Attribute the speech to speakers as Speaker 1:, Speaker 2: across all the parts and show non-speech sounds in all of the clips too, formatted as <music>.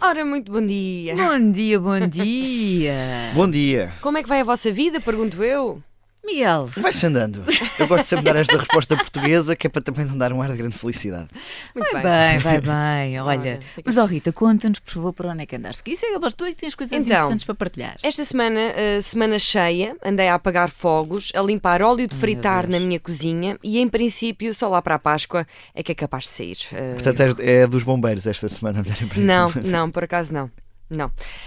Speaker 1: Ora, muito bom dia.
Speaker 2: Bom dia, bom dia.
Speaker 3: Bom dia.
Speaker 1: Como é que vai a vossa vida? Pergunto eu.
Speaker 2: Miguel,
Speaker 3: Vai-se andando. Eu gosto de sempre dar esta resposta portuguesa, que é para também não dar um ar de grande felicidade.
Speaker 1: Muito
Speaker 2: vai
Speaker 1: bem.
Speaker 2: bem, vai <laughs> bem. Olha,
Speaker 1: sei que
Speaker 2: mas
Speaker 1: é
Speaker 2: ó Rita, conta-nos, por favor, para onde é que andaste. Que isso é que tu é que tens coisas
Speaker 1: Então.
Speaker 2: interessantes para partilhar.
Speaker 1: Esta semana, eh, semana cheia, andei a apagar fogos, a limpar óleo de fritar na minha cozinha e, em princípio, só lá para a Páscoa é que é capaz de sair. Eh,
Speaker 3: Portanto, é, é dos bombeiros esta semana, não é?
Speaker 1: Não,
Speaker 3: <laughs>
Speaker 1: não, por acaso não. Não.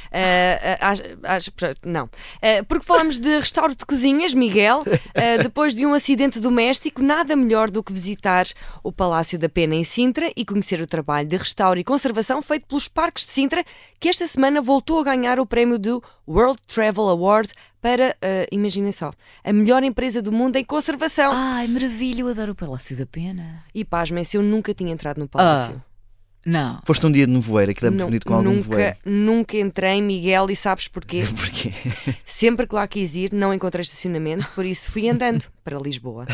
Speaker 1: Ah, ah, acho- acho- pronto, não. Ah, porque falamos de restauro de cozinhas, Miguel.
Speaker 3: <laughs>
Speaker 1: Ah, depois de um acidente doméstico, nada melhor do que visitar o Palácio da Pena em Sintra e conhecer o trabalho de restauro e conservação feito pelos Parques de Sintra, que esta semana voltou a ganhar o prémio do World Travel Award para, ah, imaginem só, a melhor empresa do mundo em conservação.
Speaker 2: Ai, maravilha, eu adoro o Palácio da Pena.
Speaker 1: E pasmem-se, eu nunca tinha entrado no Palácio.
Speaker 2: Não.
Speaker 3: Foste um dia de nevoeiro, aquilo é muito
Speaker 1: Nu-
Speaker 3: Ah. bonito com algum nevoeiro.
Speaker 1: nunca, nunca entrei, Miguel, e sabes porquê?
Speaker 3: Porquê?
Speaker 1: Sempre que lá quis ir, não encontrei estacionamento, por isso fui
Speaker 2: <laughs>
Speaker 1: andando para Lisboa.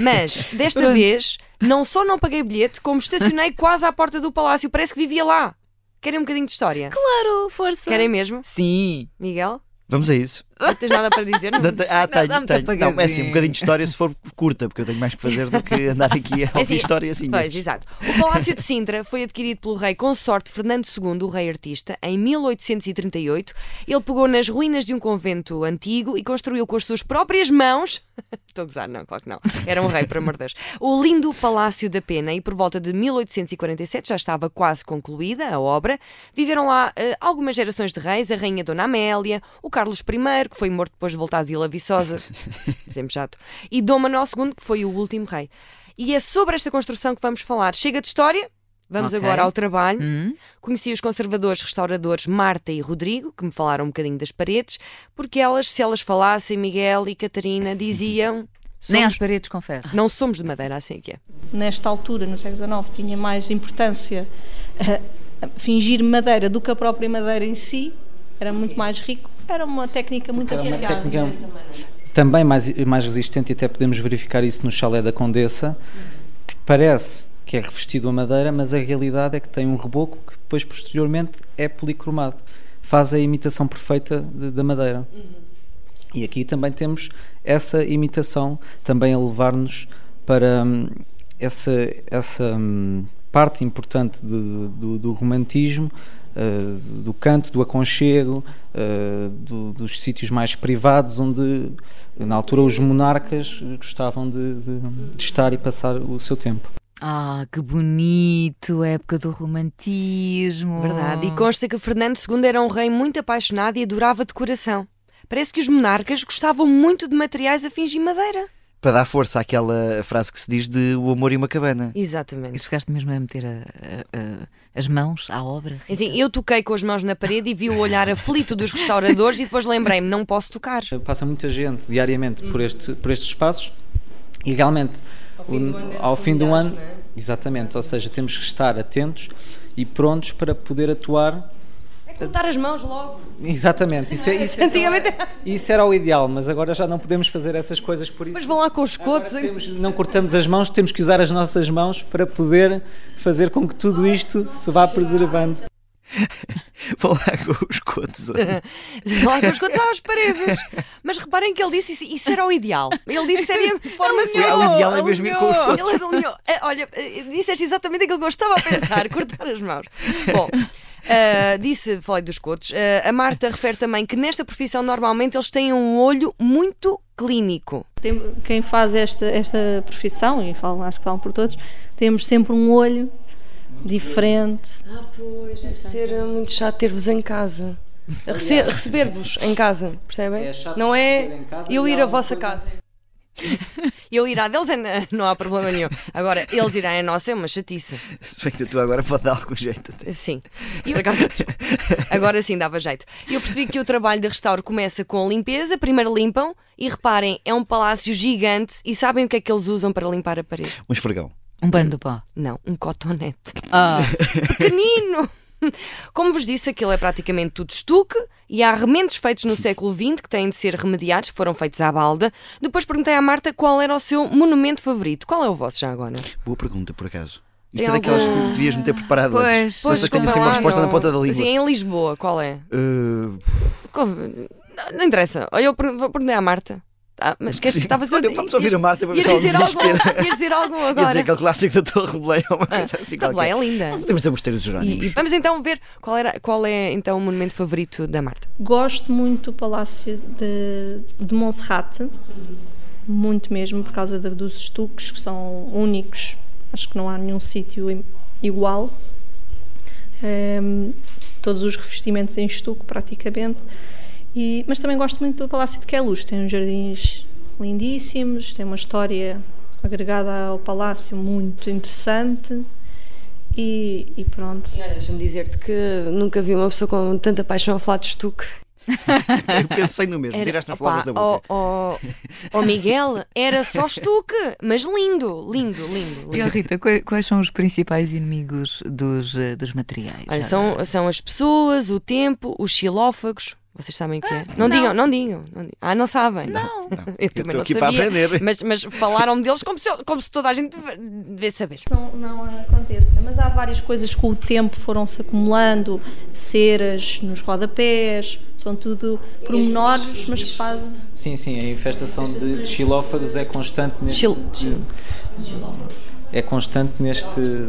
Speaker 1: Mas desta
Speaker 2: Pronto.
Speaker 1: vez, não só não paguei bilhete, como
Speaker 2: <laughs>
Speaker 1: estacionei quase à porta do palácio. Parece que vivia lá. Querem um bocadinho de história?
Speaker 2: Claro, força.
Speaker 1: Querem mesmo?
Speaker 2: Sim.
Speaker 1: Miguel?
Speaker 3: Vamos a isso.
Speaker 1: Não tens nada para dizer?
Speaker 2: <laughs>
Speaker 1: Não?
Speaker 3: Portanto, Ah, tenho,
Speaker 2: dá-me
Speaker 3: tenho.
Speaker 2: apagadinho.
Speaker 3: Não, é assim, um bocadinho de história se for curta, porque eu tenho mais que fazer do que andar aqui a
Speaker 1: assim,
Speaker 3: ouvir história assim.
Speaker 1: Pois, exato. O Palácio de Sintra foi adquirido pelo rei consorte Fernando II, o rei artista, em 1838. Ele pegou nas ruínas de um convento antigo e construiu com as suas próprias mãos. <laughs> Estou a gozar, não, claro que não. Era um rei, por amor de Deus. O lindo Palácio da Pena, e por volta de 1847 já estava quase concluída a obra. Viveram lá eh, algumas gerações de reis, a rainha Dona Amélia, o Carlos I, que foi morto depois de voltar de Vila
Speaker 2: <laughs>
Speaker 1: Viçosa, sempre chato, e Dom Manuel II, que foi o último rei. E é sobre esta construção que vamos falar. Chega de história, vamos
Speaker 2: Ok.
Speaker 1: agora ao trabalho.
Speaker 2: Hum?
Speaker 1: Conheci os conservadores restauradores Marta e Rodrigo, que me falaram um bocadinho das paredes, porque elas, se elas falassem, Miguel e Catarina, diziam.
Speaker 2: Nem
Speaker 1: "Somos-
Speaker 2: às paredes, confesso.
Speaker 1: Não somos de madeira, assim é que é.
Speaker 4: nesta altura, no século XIX, tinha mais importância eh, fingir madeira do que a própria madeira em si, era muito mais rico, era uma técnica muito
Speaker 5: Era uma
Speaker 4: apreciada.
Speaker 5: técnica também mais, mais resistente, e até podemos verificar isso no chalé da Condessa, que parece que é revestido a madeira, mas a realidade é que tem um reboco que depois, posteriormente, é policromado. Faz a imitação perfeita de- da madeira. E aqui também temos essa imitação também a levar-nos para hum, essa, essa hum, parte importante de- do, do romantismo, eh, do canto, do aconchego, eh, do- dos sítios mais privados, onde na altura os monarcas gostavam de- de- de estar e passar o seu tempo.
Speaker 2: Ah, que bonito, época do romantismo.
Speaker 1: Verdade. E consta que Fernando II era um rei muito apaixonado e adorava decoração. Parece que os monarcas gostavam muito de materiais a fingir madeira.
Speaker 3: Para dar força àquela frase que se diz de o amor e uma cabana.
Speaker 2: E
Speaker 1: Exatamente.
Speaker 2: chegaste mesmo a meter a- a- a- as mãos à obra. Rita?
Speaker 1: Assim, eu toquei com as mãos na parede e vi o olhar aflito dos restauradores e depois lembrei-me, não posso tocar.
Speaker 5: Passa muita gente diariamente por, este, por estes espaços e realmente o- Uhum. ao fim do ano, é exatamente, ou seja, temos que estar atentos e prontos para poder atuar. <laughs>
Speaker 1: Cortar as mãos logo.
Speaker 5: Exatamente, isso, é- isso,
Speaker 1: Antigamente
Speaker 5: <laughs> isso era o ideal, mas agora já não podemos fazer essas coisas por isso.
Speaker 1: depois vão lá com os
Speaker 5: Agora
Speaker 1: cotos.
Speaker 5: temos- não cortamos as mãos, temos que usar as nossas mãos para poder fazer com que tudo isto se vá preservando.
Speaker 3: Vou lá com os contos.
Speaker 1: Vão lá com os cotos às paredes. Mas reparem que ele disse isso, isso era o ideal. Ele disse seria de forma
Speaker 3: O
Speaker 1: assim.
Speaker 3: ideal é mesmo ir com os
Speaker 2: alinhou.
Speaker 3: contos.
Speaker 1: Ele alinhou. Ah, Olha, eh, disseste exatamente aquilo que eu estava a pensar, <laughs> cortar as mãos. Bom. ah, disse, falei dos cotos. ah, a Marta refere também que nesta profissão normalmente eles têm um olho muito clínico.
Speaker 4: Tem- Quem faz esta, esta profissão, e falo, acho que falam por todos, temos sempre um olho diferente.
Speaker 6: Ah, pois, deve ser uh, muito chato ter-vos em casa. Rece- Receber-vos em casa, percebem?
Speaker 5: É chato
Speaker 6: não
Speaker 5: receber
Speaker 6: é
Speaker 5: em casa
Speaker 6: eu
Speaker 5: e
Speaker 6: ir
Speaker 5: há
Speaker 6: à
Speaker 5: uma
Speaker 6: vossa
Speaker 5: coisa-
Speaker 6: casa.
Speaker 1: <laughs> Eu ir à deles é na- não há problema nenhum. Agora, eles irem à nossa é uma chatice.
Speaker 3: Se bem que a tua agora pode dar algum jeito. até.
Speaker 1: Sim. E por acaso, <laughs> agora sim dava jeito. Eu percebi que o trabalho de restauro começa com a limpeza. Primeiro limpam e reparem, é um palácio gigante e sabem o que é que eles usam para limpar a parede?
Speaker 3: Um esfregão.
Speaker 2: Um banho do pó.
Speaker 1: Não, um cotonete.
Speaker 2: Ah,
Speaker 1: Pequenino! <laughs> Como vos disse, aquilo é praticamente tudo estuque e há remendos feitos no século XX que têm de ser remediados, foram feitos à balda. Depois perguntei à Marta qual era o seu monumento favorito. Qual é o vosso já agora?
Speaker 3: Boa pergunta, por acaso. Isto é
Speaker 6: Tem
Speaker 3: daquelas
Speaker 6: algum-
Speaker 3: que devias me ter preparado
Speaker 2: Pois,
Speaker 3: antes.
Speaker 2: pois,
Speaker 3: Mas eu tenho
Speaker 1: desculpa
Speaker 3: sempre assim uma
Speaker 1: lá,
Speaker 3: resposta
Speaker 1: não.
Speaker 3: na ponta da língua.
Speaker 1: Sim, em Lisboa, qual é?
Speaker 3: Uh,
Speaker 1: Co- Não, não interessa. Olha, eu per- vou perguntar à Marta. Ah, mas queres
Speaker 3: sim.
Speaker 1: que estava a dizer.
Speaker 3: Olha, Vamos ouvir a Marta para ver
Speaker 1: Ias
Speaker 3: se ela
Speaker 1: dizer,
Speaker 3: desespera.
Speaker 1: algum, <laughs> ias dizer algum
Speaker 3: Ia dizer
Speaker 1: agora.
Speaker 3: aquele clássico da Torre Belém ou uma coisa assim
Speaker 1: Está bem,
Speaker 3: qualquer.
Speaker 1: é linda.
Speaker 3: Podemos ter ter os Jerónimos.
Speaker 1: E, e vamos então ver qual, era, qual é então o monumento favorito da Marta.
Speaker 4: Gosto muito do Palácio de, de Monserrate, muito mesmo, por causa da- dos estuques, que são únicos, acho que não há nenhum sítio im- igual. Ehm, todos os revestimentos em estuque, praticamente. E- mas também gosto muito do Palácio de Queluz, tem uns jardins lindíssimos, tem uma história agregada ao palácio muito interessante. E, e pronto.
Speaker 6: E olha, deixa-me dizer-te que nunca vi uma pessoa com tanta paixão a falar de estuque.
Speaker 3: <laughs> Eu pensei no mesmo, tiraste as palavras da boca.
Speaker 1: Oh, Miguel, era só estuque, mas lindo, lindo, lindo.
Speaker 2: <laughs> E, ó,
Speaker 1: lindo.
Speaker 2: Rita, quais, quais são os principais inimigos dos, eh, dos materiais?
Speaker 1: Olha, são, são as pessoas, o tempo, os xilófagos. Vocês sabem o que é? Não, digam, não digam, não digam. Ah, não sabem? Não. <laughs> Eu
Speaker 3: estou
Speaker 1: também não
Speaker 3: aqui para
Speaker 1: sabia.
Speaker 3: aprender.
Speaker 1: Mas, mas falaram deles como se, eu- como se toda a gente deve- devesse saber.
Speaker 4: não, não aconteça. Mas há várias coisas que com o tempo foram-se acumulando, ceras nos rodapés, são tudo pormenores, mas que fazem.
Speaker 5: Sim, sim, a infestação de, de xilófagos é constante neste.
Speaker 6: Xil-
Speaker 5: É constante neste.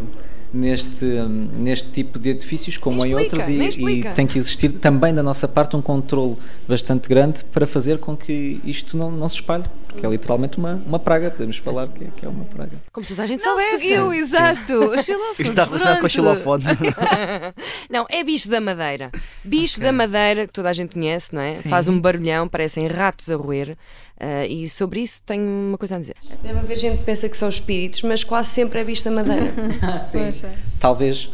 Speaker 5: Neste, hum, neste tipo de edifícios, como
Speaker 1: Nem
Speaker 5: em
Speaker 1: explica,
Speaker 5: outros, e,
Speaker 1: nem
Speaker 5: e
Speaker 1: explica.
Speaker 5: tem que existir também da nossa parte um controle bastante grande para fazer com que isto não, não se espalhe, porque é literalmente uma, uma praga, podemos falar que é, que é uma praga.
Speaker 1: Como se toda a gente
Speaker 2: Não
Speaker 1: soubesse.
Speaker 2: seguiu, exato. Os
Speaker 1: oh,
Speaker 2: xilófagos,
Speaker 3: Isto está relacionado com o
Speaker 2: pronto.
Speaker 3: xilofone. <laughs>
Speaker 1: Não, é bicho da madeira. Bicho da madeira que toda a gente conhece, não é?
Speaker 2: Sim.
Speaker 1: Faz um barulhão, parecem ratos a roer. Ah, e sobre isso tenho uma coisa a dizer.
Speaker 6: Deve haver gente que pensa que são espíritos, mas quase sempre é vista madeira.
Speaker 1: <laughs> é.
Speaker 5: Talvez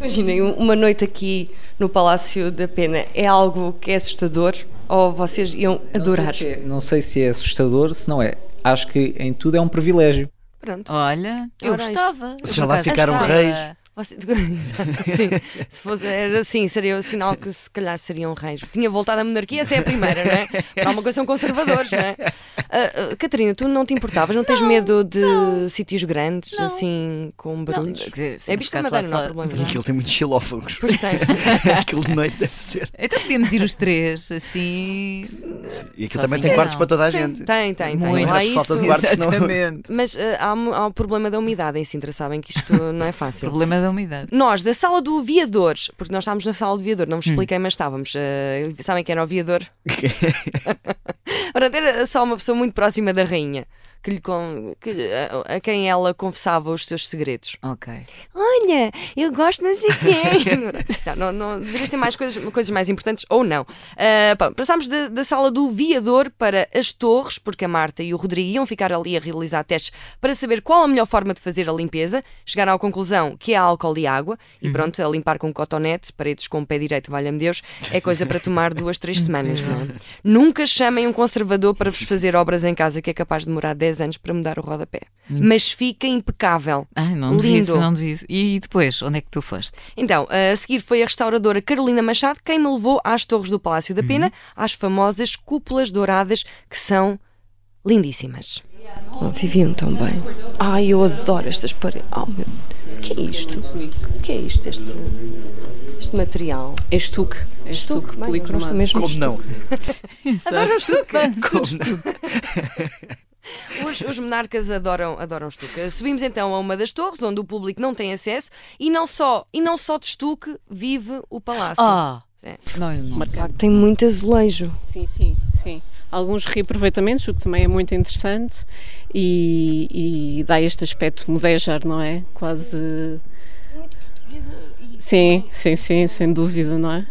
Speaker 6: Imaginem, um- uma noite aqui no Palácio da Pena é algo que é assustador ou vocês iam adorar?
Speaker 5: Não sei, se é, não sei se é assustador, se não é. Acho que em tudo é um privilégio.
Speaker 1: Pronto.
Speaker 2: Olha, eu
Speaker 1: Ora, isto-
Speaker 2: gostava.
Speaker 3: Vocês
Speaker 2: Eu, por
Speaker 3: lá um
Speaker 2: acaso,
Speaker 3: ficaram
Speaker 2: gostava.
Speaker 3: reis.
Speaker 1: Você- <laughs> Exato, sim. Se fosse era assim, seria o sinal que se calhar seriam reis. Tinha voltado à monarquia, essa é a primeira, não é? Para alguma coisa são conservadores, não é? Ah, ah, Catarina, tu não te importavas? Não tens medo de sítios grandes, assim, com barulhos?
Speaker 2: quer dizer, se
Speaker 1: é
Speaker 2: não
Speaker 1: bicho da
Speaker 2: ficasse
Speaker 1: madeira,
Speaker 2: lá
Speaker 1: não há
Speaker 2: só- um
Speaker 1: problema. não é?
Speaker 3: Aquilo tem muitos xilófagos.
Speaker 1: Pois
Speaker 2: <laughs>
Speaker 1: tem.
Speaker 3: <laughs> Aquilo de noite deve ser.
Speaker 2: Então podíamos ir os três, assim.
Speaker 3: E aquilo
Speaker 2: Só
Speaker 3: também
Speaker 2: assim
Speaker 3: tem
Speaker 2: não.
Speaker 3: quartos para toda a gente.
Speaker 1: Tem, tem, tem.
Speaker 2: Muito.
Speaker 1: Lá
Speaker 3: Era por falta
Speaker 1: isso.
Speaker 3: de guarda. Quartos que não-
Speaker 2: Então,
Speaker 3: <laughs>
Speaker 2: Exatamente.
Speaker 1: Mas eh, há, um- há um problema da umidade em Sintra, sabem que isto não é fácil.
Speaker 2: Problema da umidade.
Speaker 1: Nós, da sala do aviador, porque nós estávamos na sala do aviador, não vos expliquei, mas estávamos. eh, sabem quem era o aviador? Ora, era só uma pessoa muito próxima da rainha, que lhe con- que, a, a quem ela confessava os seus segredos.
Speaker 2: Ok.
Speaker 1: Olha, eu gosto não sei quem. <laughs> não, não, não, deveria ser mais coisas, coisas mais importantes ou não. Ah, pá, passámos da, da sala do viador para as torres, porque a Marta e o Rodrigo iam ficar ali a realizar testes para saber qual a melhor forma de fazer a limpeza. Chegaram à conclusão que é álcool e água, e
Speaker 2: Uhum.
Speaker 1: pronto, a limpar com um cotonete, paredes com o pé direito, valha-me Deus, é coisa para tomar duas,
Speaker 2: <laughs>
Speaker 1: três semanas, não é? Nunca chamem um conservador para vos fazer obras em casa que é capaz de demorar 10 anos para mudar o rodapé. Mas fica impecável.
Speaker 2: Uhum. Ai, não
Speaker 1: Lindo.
Speaker 2: devido, não devido. E depois, onde é que tu foste?
Speaker 1: Então, a seguir foi a restauradora Carolina Machado quem me levou às torres do Palácio da
Speaker 3: Uhum.
Speaker 1: Pena, às famosas cúpulas douradas que são lindíssimas.
Speaker 6: Oh, viviam tão bem. Ai, eu adoro estas paredes. Oh, meu... O que é isto? O que é isto? Este, este material?
Speaker 7: É estuque. É
Speaker 6: Bem,
Speaker 7: estuque
Speaker 6: eu gosto
Speaker 7: policromado.
Speaker 6: mesmo de
Speaker 3: Como não? é
Speaker 1: Adoram estuca!
Speaker 3: <laughs>
Speaker 1: Tudo estuca. <laughs> Os, os monarcas adoram, adoram estuca. Subimos então a uma das torres, onde o público não tem acesso, e não só, e não só de estuque vive o palácio.
Speaker 2: Ah,
Speaker 1: É.
Speaker 2: não, eu não.
Speaker 6: De facto, tem muito azulejo.
Speaker 7: Sim, sim, sim. Alguns reaproveitamentos, o que também é muito interessante e, e dá este aspecto modejar, não é? Quase. Muito portuguesa. Sim, sim, sim, sem dúvida, não é?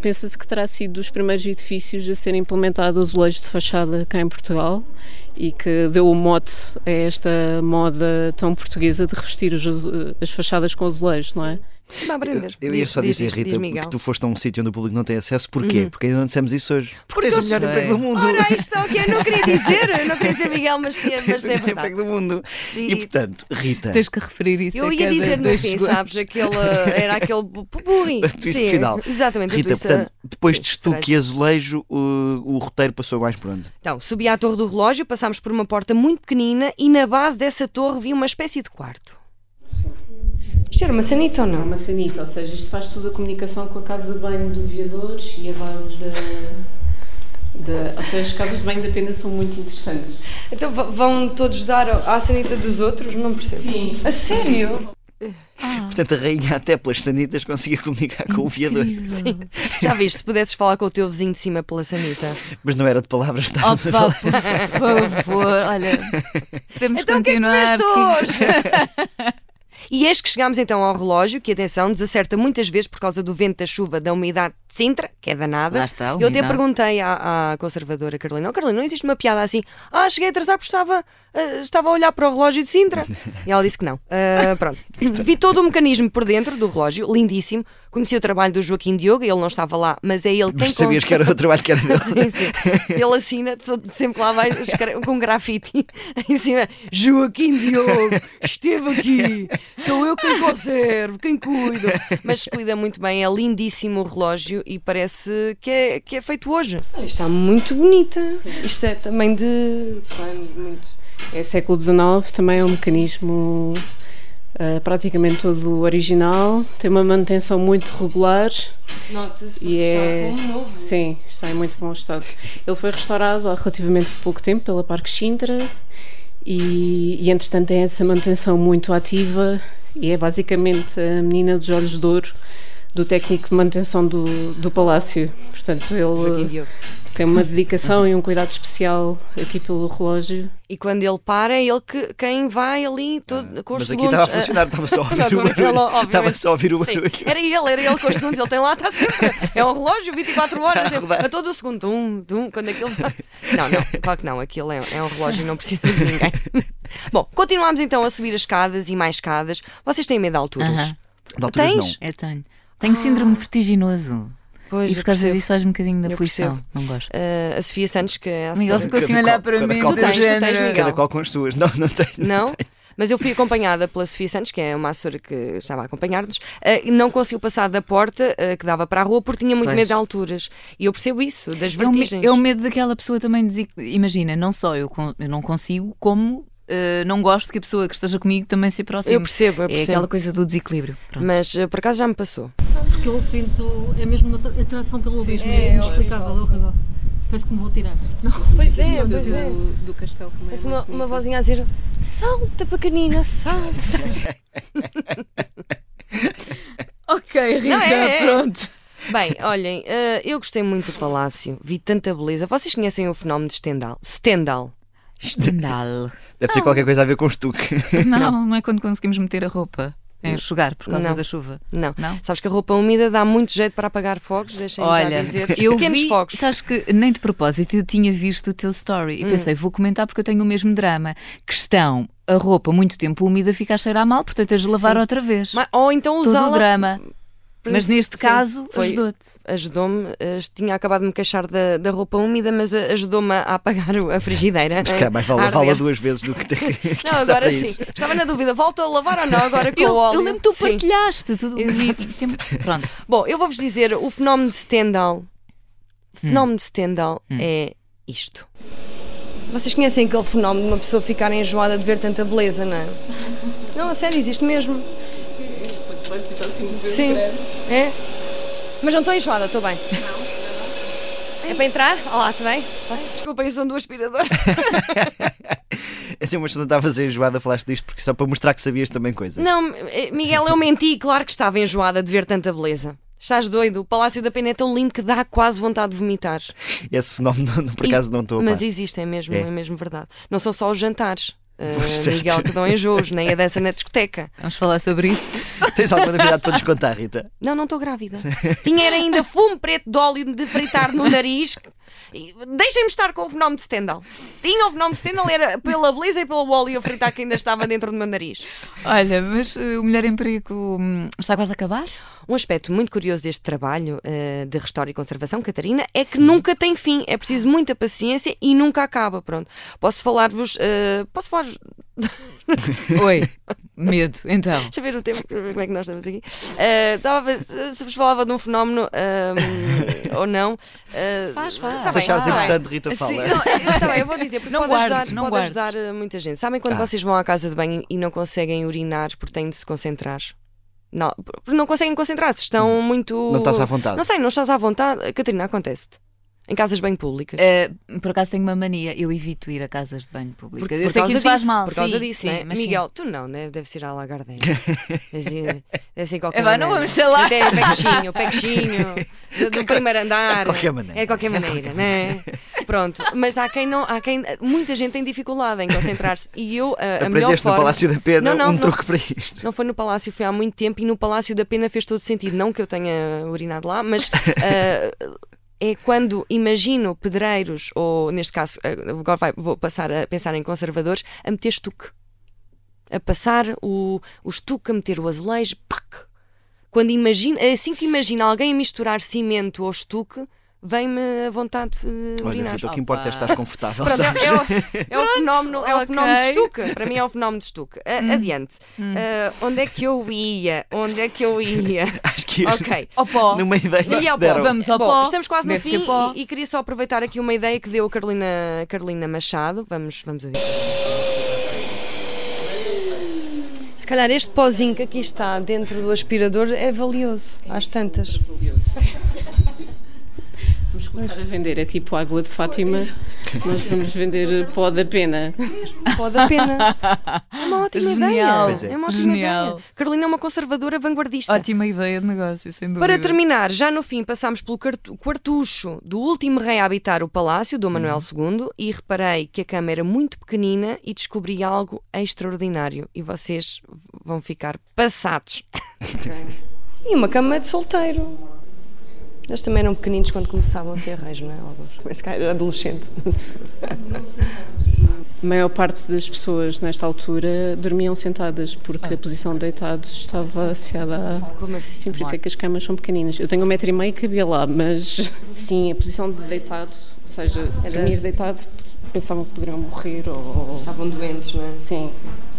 Speaker 7: Pensa-se que terá sido dos primeiros edifícios a serem implementado azulejo de fachada cá em Portugal e que deu o mote a esta moda tão portuguesa de revestir os azu- as fachadas com azulejos, não é?
Speaker 1: Vamos aprender.
Speaker 3: Eu ia
Speaker 1: Diz-
Speaker 3: só
Speaker 1: diz-
Speaker 3: dizer,
Speaker 1: diz- diz
Speaker 3: Rita,
Speaker 1: Miguel. Uhum.
Speaker 3: que tu foste a um sítio onde o público não tem acesso. Porquê? Porque ainda não dissemos isso hoje. Porque, tens
Speaker 2: eu
Speaker 3: o melhor
Speaker 2: sei.
Speaker 3: emprego do mundo.
Speaker 1: Ora,
Speaker 3: <laughs>
Speaker 1: aí está o que eu não queria dizer, eu não queria dizer Miguel, mas, tinha, mas
Speaker 3: o
Speaker 1: é
Speaker 3: melhor
Speaker 1: verdade.
Speaker 3: emprego do mundo. E portanto, Rita,
Speaker 2: Tens que referir isso.
Speaker 3: é
Speaker 1: Eu
Speaker 2: a
Speaker 1: ia
Speaker 2: cada
Speaker 1: dizer no
Speaker 2: dois
Speaker 1: fim,
Speaker 2: segundos.
Speaker 1: sabes? Aquele, era aquele
Speaker 3: <laughs>
Speaker 1: burri.
Speaker 3: a twist final.
Speaker 1: Exatamente, o
Speaker 3: Rita,
Speaker 1: twist,
Speaker 3: portanto,
Speaker 1: uh,
Speaker 3: depois
Speaker 1: sim,
Speaker 3: de estuque e azulejo, o, o roteiro passou mais por onde?
Speaker 1: Então, subi à torre do relógio, passámos por uma porta muito pequenina e na base dessa torre vi uma espécie de quarto.
Speaker 6: Isto era uma sanita ou
Speaker 7: É
Speaker 6: não?
Speaker 7: uma sanita, ou seja, isto faz tudo a comunicação com a casa de banho do vereador e a base da. da- ou seja, as casas de banho da pena são muito interessantes.
Speaker 6: Então v- vão todos dar ao- à sanita dos outros? Não percebo.
Speaker 7: Sim.
Speaker 6: A sério?
Speaker 3: Portanto, a rainha até pelas sanitas conseguia comunicar com o viador.
Speaker 1: Já viste, se pudesses falar com o teu vizinho de cima pela sanita.
Speaker 3: Mas não era de palavras que
Speaker 2: Oh,
Speaker 3: estávamos a
Speaker 2: pá,
Speaker 3: falar.
Speaker 2: por favor, olha, podemos
Speaker 1: Então o que é que
Speaker 2: continuar.
Speaker 1: comeste hoje? <laughs> E eis que chegámos então ao relógio, que atenção, desacerta muitas vezes por causa do vento, da chuva, da umidade de Sintra, que é danada.
Speaker 2: Lá está,
Speaker 1: Eu até
Speaker 2: umidade.
Speaker 1: perguntei à, à conservadora Carolina: oh, Carolina, não existe uma piada assim? Ah, cheguei atrasar porque estava, ah, estava a olhar para o relógio de Sintra. E ela disse que não. Ah, <laughs> pronto. Vi todo o mecanismo por dentro do relógio, lindíssimo. Conheci o trabalho do Joaquim Diogo, ele não estava lá, mas é ele quem
Speaker 3: Mas sabias
Speaker 1: con-
Speaker 3: que era o trabalho que
Speaker 1: <laughs>
Speaker 3: era dele.
Speaker 1: Sim, sim. Ele assina, só- sempre lá vai escre- com grafite <laughs> em cima. Joaquim Diogo, esteve aqui, sou eu quem conservo, quem cuido. Mas cuida muito bem, é lindíssimo o relógio e parece que é, que é feito hoje.
Speaker 6: Olha, está muito bonita. Isto é também de.
Speaker 7: É século XIX, também é um mecanismo ah, praticamente todo original, tem uma manutenção muito regular
Speaker 6: Nota-se
Speaker 7: e é.
Speaker 6: novo.
Speaker 7: Sim, está em muito bom estado. Ele foi restaurado há relativamente pouco tempo pela Parque Sintra e, e entretanto tem essa manutenção muito ativa e é basicamente a menina dos olhos de ouro do técnico de manutenção do, do palácio. Portanto,
Speaker 1: Joaquim
Speaker 7: ele
Speaker 1: Diogo.
Speaker 7: tem uma dedicação e um cuidado especial aqui pelo relógio.
Speaker 1: E quando ele para, é ele que, quem vai ali todo, com os
Speaker 3: Ah,
Speaker 1: eh,
Speaker 3: Mas aqui
Speaker 1: segundos.
Speaker 3: estava a funcionar, estava só a ouvir o barulho. Estava só a ouvir o
Speaker 1: Sim,
Speaker 3: barulho.
Speaker 1: Era ele, era ele com os segundos. Ele tem lá, está sempre. É um relógio 24 horas,
Speaker 3: Está a
Speaker 1: é,
Speaker 3: rodar.
Speaker 1: a todo o segundo. Tum, tum, quando aquilo vai. Não, não, claro que não. Aquilo é, é um relógio e não precisa de ninguém. Bom, continuamos então a subir as escadas e mais escadas. Vocês têm medo de alturas?
Speaker 2: Aham,
Speaker 3: De alturas
Speaker 1: Tens?
Speaker 3: não.
Speaker 2: eu tenho. É, Tenho síndrome vertiginoso.
Speaker 1: Pois,
Speaker 2: e
Speaker 1: eu
Speaker 2: por causa
Speaker 1: percebo.
Speaker 2: disso faz um bocadinho da
Speaker 1: Eu
Speaker 2: aflição. Não gosto.
Speaker 1: Ah, a Sofia Santos, que é a
Speaker 2: Miguel
Speaker 1: assessora-
Speaker 2: ficou assim a
Speaker 3: Cada
Speaker 2: olhar
Speaker 3: qual-
Speaker 2: para
Speaker 3: cada
Speaker 2: mim.
Speaker 3: qual
Speaker 2: do
Speaker 1: tens, tu tens,
Speaker 2: género.
Speaker 1: Miguel.
Speaker 3: Cada qual com as suas. Não, não tem.
Speaker 1: Não? Mas eu fui acompanhada pela Sofia Santos, que é uma assessora que estava a acompanhar-nos, eh, e não conseguiu passar da porta eh, que dava para a rua porque tinha muito
Speaker 2: Pois.
Speaker 1: medo de alturas. E eu percebo isso, das
Speaker 2: É o me-
Speaker 1: vertigens.
Speaker 2: É o medo daquela pessoa também dizer, que- imagina, não só eu, con- eu não consigo, como eh, não gosto que a pessoa que esteja comigo também se aproxime.
Speaker 1: Eu percebo, eu
Speaker 2: É
Speaker 1: percebo.
Speaker 2: aquela coisa do desequilíbrio. Pronto.
Speaker 1: Mas eh, por acaso já me passou.
Speaker 8: Porque eu sinto, é mesmo uma tra- atração pelo abismo, é inexplicável, é horrível. Parece que me vou tirar.
Speaker 6: Pois é, pois é.
Speaker 7: do castelo é também.
Speaker 6: Parece uma, uma vozinha a dizer: salta, pequenina, salta. <laughs>
Speaker 2: Ok, Rita,
Speaker 1: <laughs> Não, é, é.
Speaker 2: pronto.
Speaker 1: Bem, olhem, eh, eu gostei muito do palácio, vi tanta beleza. Vocês conhecem o fenómeno de Stendhal? Stendhal. <laughs>
Speaker 2: Estendal.
Speaker 3: Deve ser qualquer coisa a ver com o estuque.
Speaker 2: Não, não é quando conseguimos meter a roupa. É enxugar por causa
Speaker 1: Não.
Speaker 2: da chuva.
Speaker 1: Não.
Speaker 2: Não?
Speaker 1: Sabes que a roupa úmida dá muito jeito para apagar fogos, deixem-me já
Speaker 2: Olha,
Speaker 1: dizer.
Speaker 2: eu
Speaker 1: Pequenos
Speaker 2: vi,
Speaker 1: fogos. Hum.
Speaker 2: sabes que nem de propósito eu tinha visto o teu story e pensei, vou comentar porque eu tenho o mesmo drama. Questão, a roupa muito tempo úmida fica a cheirar mal, portanto tens de lavar
Speaker 1: Sim.
Speaker 2: outra vez.
Speaker 1: Mas- ou então
Speaker 2: Todo o
Speaker 1: usá-la
Speaker 2: drama. Mas neste
Speaker 1: Sim,
Speaker 2: caso,
Speaker 1: foi-
Speaker 2: ajudou-te.
Speaker 1: ajudou-me, eh, tinha acabado de me queixar da, da roupa úmida, mas eh, ajudou-me a apagar o- a frigideira.
Speaker 3: Se calhar mais vale
Speaker 1: A
Speaker 3: vala
Speaker 1: arder.
Speaker 3: duas vezes
Speaker 1: <laughs>
Speaker 3: do que ter que
Speaker 1: É. Ah,
Speaker 3: <laughs>
Speaker 1: Não,
Speaker 3: usar
Speaker 1: agora
Speaker 3: para
Speaker 1: sim.
Speaker 3: isso.
Speaker 1: Estava na dúvida, volto a lavar ou não agora
Speaker 2: <laughs>
Speaker 1: com
Speaker 2: Eu,
Speaker 1: o óleo?
Speaker 2: eu lembro que tu
Speaker 1: Sim.
Speaker 2: partilhaste tudo.
Speaker 1: Exato.
Speaker 2: e <laughs> tem- Pronto.
Speaker 1: Bom, eu vou-vos dizer, o fenómeno de Stendhal, o fenómeno de Stendhal é isto.
Speaker 6: Vocês conhecem aquele fenómeno de uma pessoa ficar enjoada de ver tanta beleza, não é? Não, a sério, existe mesmo. Sim, é. Mas não estou enjoada, estou bem. É para entrar? Olá, está bem?
Speaker 1: Desculpem, eu sou um do aspirador.
Speaker 3: Assim, mas tu não estavas enjoada, falaste disto porque só para mostrar que sabias também coisas.
Speaker 1: Não, eh, Miguel, eu menti, claro que estava enjoada de ver tanta beleza. Estás doido? O Palácio da Pena é tão lindo que dá quase vontade de vomitar.
Speaker 3: Esse fenómeno, <laughs> não- por acaso, não estou a
Speaker 1: Mas
Speaker 3: par.
Speaker 1: existe, é mesmo,
Speaker 3: É.
Speaker 1: é, mesmo verdade. Não são só os jantares. eh,
Speaker 3: <laughs> Certo.
Speaker 1: Miguel, que dão enjoos, nem a dança na discoteca.
Speaker 2: Vamos falar sobre isso.
Speaker 3: Tens alguma novidade para nos contar, Rita?
Speaker 1: Não, não estou
Speaker 3: <laughs>
Speaker 1: grávida. Tinha era ainda fumo preto de óleo de fritar no nariz. E Deixem-me estar com o fenómeno de Stendhal. Tinha o fenómeno de Stendhal, era pela beleza e pelo óleo a fritar que ainda estava dentro do meu nariz.
Speaker 2: Olha, mas eh, o Mulher em Perigo hum, está quase
Speaker 1: <laughs>
Speaker 2: a acabar?
Speaker 1: Um aspecto muito curioso deste trabalho eh, de restauro e conservação, Catarina, é que nunca tem fim. É preciso muita paciência e nunca acaba. Pronto. Posso falar-vos. eh, posso falar-vos.
Speaker 2: Oi. Medo, então.
Speaker 1: Deixa eu ver o tempo, como é que nós estamos aqui. Eh, talvez, se se vos falava de um fenómeno ahm, ou não. eh,
Speaker 2: Faz, faz.
Speaker 1: tá
Speaker 3: Ah, Se
Speaker 1: bem,
Speaker 3: achares
Speaker 1: tá bem.
Speaker 3: importante, Rita,
Speaker 2: Assim,
Speaker 3: fala.
Speaker 1: Não, eu- eu- tá bem, eu vou dizer, porque
Speaker 2: Não
Speaker 1: pode,
Speaker 2: guardes,
Speaker 1: ajudar,
Speaker 2: não
Speaker 1: pode
Speaker 2: guardes. Tá.
Speaker 1: ajudar, eh, muita gente. Sabem quando vocês vão à casa de banho e não conseguem urinar porque têm de se concentrar? Não, porque não conseguem concentrar-se, estão
Speaker 2: Hum.
Speaker 1: muito.
Speaker 3: Não estás à vontade.
Speaker 1: Não sei, não estás à vontade. Catarina, acontece-te. Em casas bem públicas.
Speaker 2: Uh, por acaso tenho uma mania, eu evito ir a casas de banho pública. eu sei que isso faz mal.
Speaker 1: por causa
Speaker 2: sim,
Speaker 1: disso,
Speaker 2: sim,
Speaker 1: né?
Speaker 2: mas
Speaker 1: Miguel, tu não, né? deve ser à Lagardem. Deve ser-
Speaker 2: <laughs>
Speaker 1: deve ser em
Speaker 2: sim.
Speaker 1: qualquer
Speaker 2: Eh, vá, não
Speaker 1: maneira.
Speaker 2: vamos
Speaker 1: <laughs>
Speaker 2: falar.
Speaker 1: É pechinho, pechinho,
Speaker 3: <laughs>
Speaker 1: do, do primeiro andar.
Speaker 3: é De qualquer
Speaker 1: É
Speaker 3: maneira.
Speaker 1: de qualquer maneira,
Speaker 3: <laughs>
Speaker 1: né? Pronto, mas há quem não, há quem, muita gente tem dificuldade em concentrar-se e eu, a, a melhor
Speaker 3: Aprendeste no
Speaker 1: forma.
Speaker 3: Palácio da Pena
Speaker 1: Não, não,
Speaker 3: um
Speaker 1: não.
Speaker 3: truque para isto.
Speaker 1: Não foi no Palácio, foi há muito tempo e no Palácio da Pena fez todo sentido. Não que eu tenha urinado lá, mas ah, é quando imagino pedreiros, ou neste caso, ah, agora vai- vou passar a pensar em conservadores, a meter estuque. A passar o, o estuque, a meter o azulejo, pac! Quando imagino, assim que imagino alguém a misturar cimento ou estuque, vem-me a vontade de
Speaker 3: Olha,
Speaker 1: urinar.
Speaker 3: Rita, o que importa é
Speaker 2: Opa.
Speaker 3: estar confortável,
Speaker 1: Pronto,
Speaker 2: <laughs>
Speaker 3: sabes?
Speaker 1: é, é o, é o fenómeno, é o
Speaker 2: ok. Hum.
Speaker 1: fenómeno de Stuka. Para mim é o fenómeno de Stuka. A- Adiante. Ah, onde é que eu ia? Onde é que eu ia?
Speaker 2: <laughs>
Speaker 3: Acho que
Speaker 1: ok.
Speaker 2: Ao pó.
Speaker 3: <laughs> numa ideia
Speaker 1: E ao pó.
Speaker 3: deram.
Speaker 2: Vamos ao
Speaker 1: Bom,
Speaker 2: pó.
Speaker 1: estamos quase no
Speaker 2: Deve
Speaker 1: fim
Speaker 2: ter pó.
Speaker 1: e, e queria só aproveitar aqui uma ideia que deu a Carolina, Carolina Machado. Vamos, vamos ouvir.
Speaker 6: Se calhar este pozinho que aqui está dentro do aspirador é valioso, às tantas.
Speaker 7: Vamos começar a vender, é tipo água de Fátima. <laughs> Nós vamos vender pó da pena.
Speaker 6: Pode a pena.
Speaker 1: É uma ótima
Speaker 2: Genial.
Speaker 3: Pois
Speaker 1: ideia.
Speaker 3: é.
Speaker 1: uma ótima
Speaker 2: Genial.
Speaker 1: ideia. Carolina é uma conservadora vanguardista.
Speaker 2: Ótima ideia de negócio, sem dúvida.
Speaker 1: Para terminar, já no fim passámos pelo cartu- quartucho do último rei a habitar o palácio, Dom
Speaker 3: Uhum.
Speaker 1: Manuel II, e reparei que a cama era muito pequenina e descobri algo extraordinário. E vocês vão ficar passados.
Speaker 6: E uma cama de solteiro. Eles também eram pequeninos quando começavam a ser reis, não é? Alguns. Esse cara era adolescente.
Speaker 7: A maior parte das pessoas nesta altura dormiam sentadas, porque
Speaker 8: Ah.
Speaker 7: a posição de deitados estava associada a.
Speaker 1: Como assim?
Speaker 7: Sim, por isso é que as camas são pequeninas. Eu tenho um metro e meio e cabia
Speaker 8: <laughs>
Speaker 7: lá, mas sim, a posição de deitado, ou seja,
Speaker 1: É
Speaker 7: dormir deitado, pensavam que poderiam morrer ou.
Speaker 6: Estavam doentes, não é?
Speaker 7: Sim.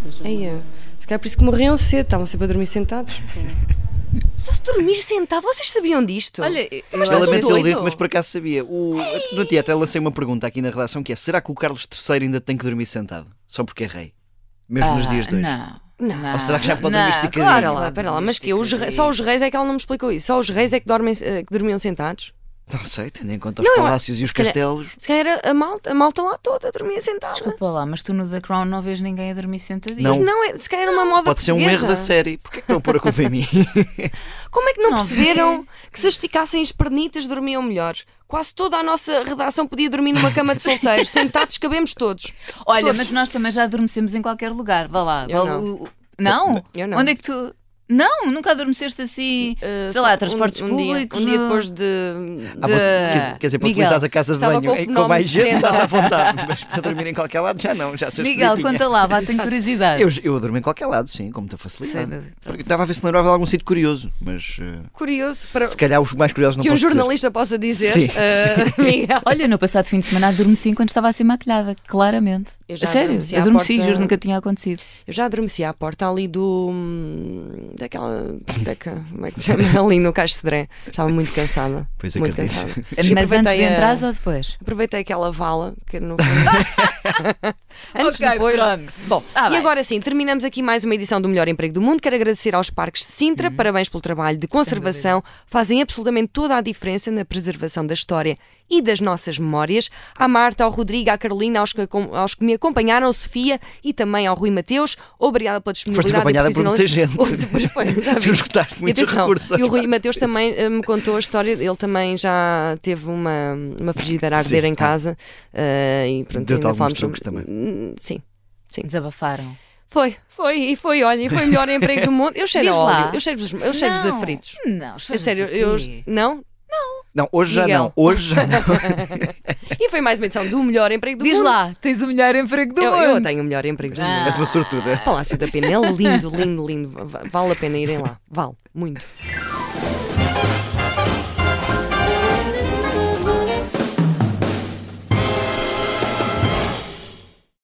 Speaker 7: ou seja,
Speaker 6: Ai, é. Se calhar por isso que morriam cedo, estavam sempre a dormir sentados.
Speaker 1: É Só se dormir sentado, vocês sabiam disto?
Speaker 2: Olha, eu
Speaker 1: Mas
Speaker 2: acho
Speaker 1: está
Speaker 3: Ela mente
Speaker 2: doido.
Speaker 3: ele dito, mas por acaso sabia. O, no dia até lancei uma pergunta aqui na redação que é: será que o Carlos III ainda tem que dormir sentado? Só porque é rei? Mesmo nos
Speaker 2: Ah,
Speaker 3: dias de hoje?
Speaker 2: Não. não.
Speaker 3: Ou será que já pode
Speaker 2: não,
Speaker 3: dormir esticadinho?
Speaker 1: Para lá, para lá, mas que eu, os re- só os reis é que ela não me explicou isso. Só os reis é que, dormem, eh, que dormiam sentados.
Speaker 3: Não sei, tendo em conta os
Speaker 1: Não, eu-
Speaker 3: palácios e os
Speaker 1: se calhar-
Speaker 3: castelos.
Speaker 1: Se calhar era a malta, a malta lá toda dormia sentada.
Speaker 2: Desculpa lá, mas tu no The Crown não vês ninguém a dormir sentadinho.
Speaker 3: Não.
Speaker 1: Não, é, se calhar era uma moda
Speaker 3: Pode ser um
Speaker 1: portuguesa.
Speaker 3: erro da série. Porquê que estão a pôr a culpa em mim?
Speaker 1: Como é que não,
Speaker 2: Não
Speaker 1: perceberam que se esticassem as pernitas dormiam melhor? Quase toda a nossa redação podia dormir numa cama de solteiro. Sentados cabemos todos.
Speaker 2: Olha,
Speaker 1: Todos.
Speaker 2: mas nós também já adormecemos em qualquer lugar. Vá lá.
Speaker 1: Eu
Speaker 2: vá-
Speaker 1: não.
Speaker 2: o- o- não?
Speaker 1: Eu não.
Speaker 2: Onde é que tu. Não, nunca adormeceste assim.
Speaker 1: <laughs> Eh,
Speaker 2: sei
Speaker 1: só
Speaker 2: lá, transportes
Speaker 1: um, um dia-
Speaker 2: públicos.
Speaker 1: um dia
Speaker 2: no-
Speaker 1: depois de.
Speaker 3: Ah, para- quer dizer- quer dizer, para
Speaker 2: Miguel,
Speaker 3: utilizares a casa de
Speaker 1: estava
Speaker 3: banho
Speaker 1: com o
Speaker 3: eh, com,
Speaker 1: fenómeno
Speaker 3: mais
Speaker 1: de
Speaker 3: gente,
Speaker 1: sedenta.
Speaker 3: estás à vontade. Mas para dormir em qualquer lado já não, já sou
Speaker 2: Miguel,
Speaker 3: esquisitinha.
Speaker 2: conta lá, vá,
Speaker 1: <laughs>
Speaker 2: tenho curiosidade.
Speaker 3: Eu, eu durmo em qualquer lado, sim, com muita facilidade.
Speaker 2: Sem dúvida.
Speaker 3: Porque Estava a ver se me lembrava de algum sítio curioso, mas eh,
Speaker 1: Curioso para
Speaker 3: se calhar os mais curiosos não
Speaker 1: que um
Speaker 3: posso dizer.
Speaker 1: jornalista possa dizer.
Speaker 3: Sim,
Speaker 1: eh,
Speaker 3: <laughs>
Speaker 1: Miguel.
Speaker 2: Olha, no passado fim de semana adormeci enquanto estava a ser maquilhada, claramente.
Speaker 1: Eu já
Speaker 2: a sério,
Speaker 1: adormeci à
Speaker 2: adormeci,
Speaker 1: porta-
Speaker 2: juro, nunca tinha acontecido.
Speaker 1: <laughs> Eu já adormeci à porta ali do. daquela. Daquela, como é que se chama? <laughs> Ali no Caixo Cedré. Estava muito cansada.
Speaker 3: Pois
Speaker 1: muito
Speaker 3: acredito.
Speaker 1: cansada. E
Speaker 2: Mas antes de
Speaker 1: aproveitei a-
Speaker 2: entrares ou depois?
Speaker 1: Aproveitei aquela vala que no fundo-
Speaker 2: <laughs>
Speaker 1: Antes
Speaker 2: Ok,
Speaker 1: depois.
Speaker 2: pronto.
Speaker 1: Bom,
Speaker 2: Tá
Speaker 1: e
Speaker 2: bem.
Speaker 1: agora sim, terminamos aqui mais uma edição do Melhor Emprego do Mundo. Quero agradecer aos Parques de
Speaker 3: Uhum.
Speaker 1: Sintra, parabéns pelo trabalho de conservação. Fazem absolutamente toda a diferença na preservação da história e das nossas memórias. À Marta, ao Rodrigo, à Carolina, aos que, acom- aos que me acompanharam, Sofia e também ao Rui Mateus. Obrigada pela disponibilidade. e
Speaker 3: acompanhada por muita gente.
Speaker 1: profissionalismo. <laughs> Pois
Speaker 3: <laughs>
Speaker 1: foi, já
Speaker 3: Tu
Speaker 1: viste.
Speaker 3: esgotaste muitos
Speaker 1: E atenção,
Speaker 3: recursos aos
Speaker 1: E o Rui
Speaker 3: Parques de
Speaker 1: Mateus
Speaker 3: Sintra.
Speaker 1: também eh, me contou a história, ele também já teve uma, uma frigideira a arder
Speaker 3: Sim,
Speaker 1: em
Speaker 3: tá.
Speaker 1: casa eh, e pronto,
Speaker 3: Deu-te
Speaker 1: ainda
Speaker 3: alguns
Speaker 1: falámos
Speaker 3: truques
Speaker 1: sobre- Sim.
Speaker 2: Desabafaram.
Speaker 1: Foi, foi, e foi, olha, e foi o
Speaker 3: <laughs>
Speaker 1: melhor emprego do mundo. Eu cheiro a
Speaker 2: Diz lá.
Speaker 1: óleo, eu cheiro-vos eu cheiro
Speaker 2: Não,
Speaker 1: aflitos.
Speaker 2: Não,
Speaker 1: É
Speaker 2: cheira-se
Speaker 1: sério, eu.
Speaker 2: aqui.
Speaker 1: Não?
Speaker 3: Não, hoje já
Speaker 1: Miguel.
Speaker 3: não. Hoje
Speaker 1: <laughs>
Speaker 3: já não.
Speaker 1: E foi mais uma edição do melhor emprego do
Speaker 2: Diz
Speaker 1: mundo.
Speaker 2: lá, tens o melhor emprego do
Speaker 1: Eu,
Speaker 2: mundo. Ah.
Speaker 1: eu tenho o melhor emprego do mundo.
Speaker 3: <laughs> És uma sortuda.
Speaker 1: Palácio da Pena é lindo, lindo, lindo. Va- Vale a pena irem lá. Vale, muito.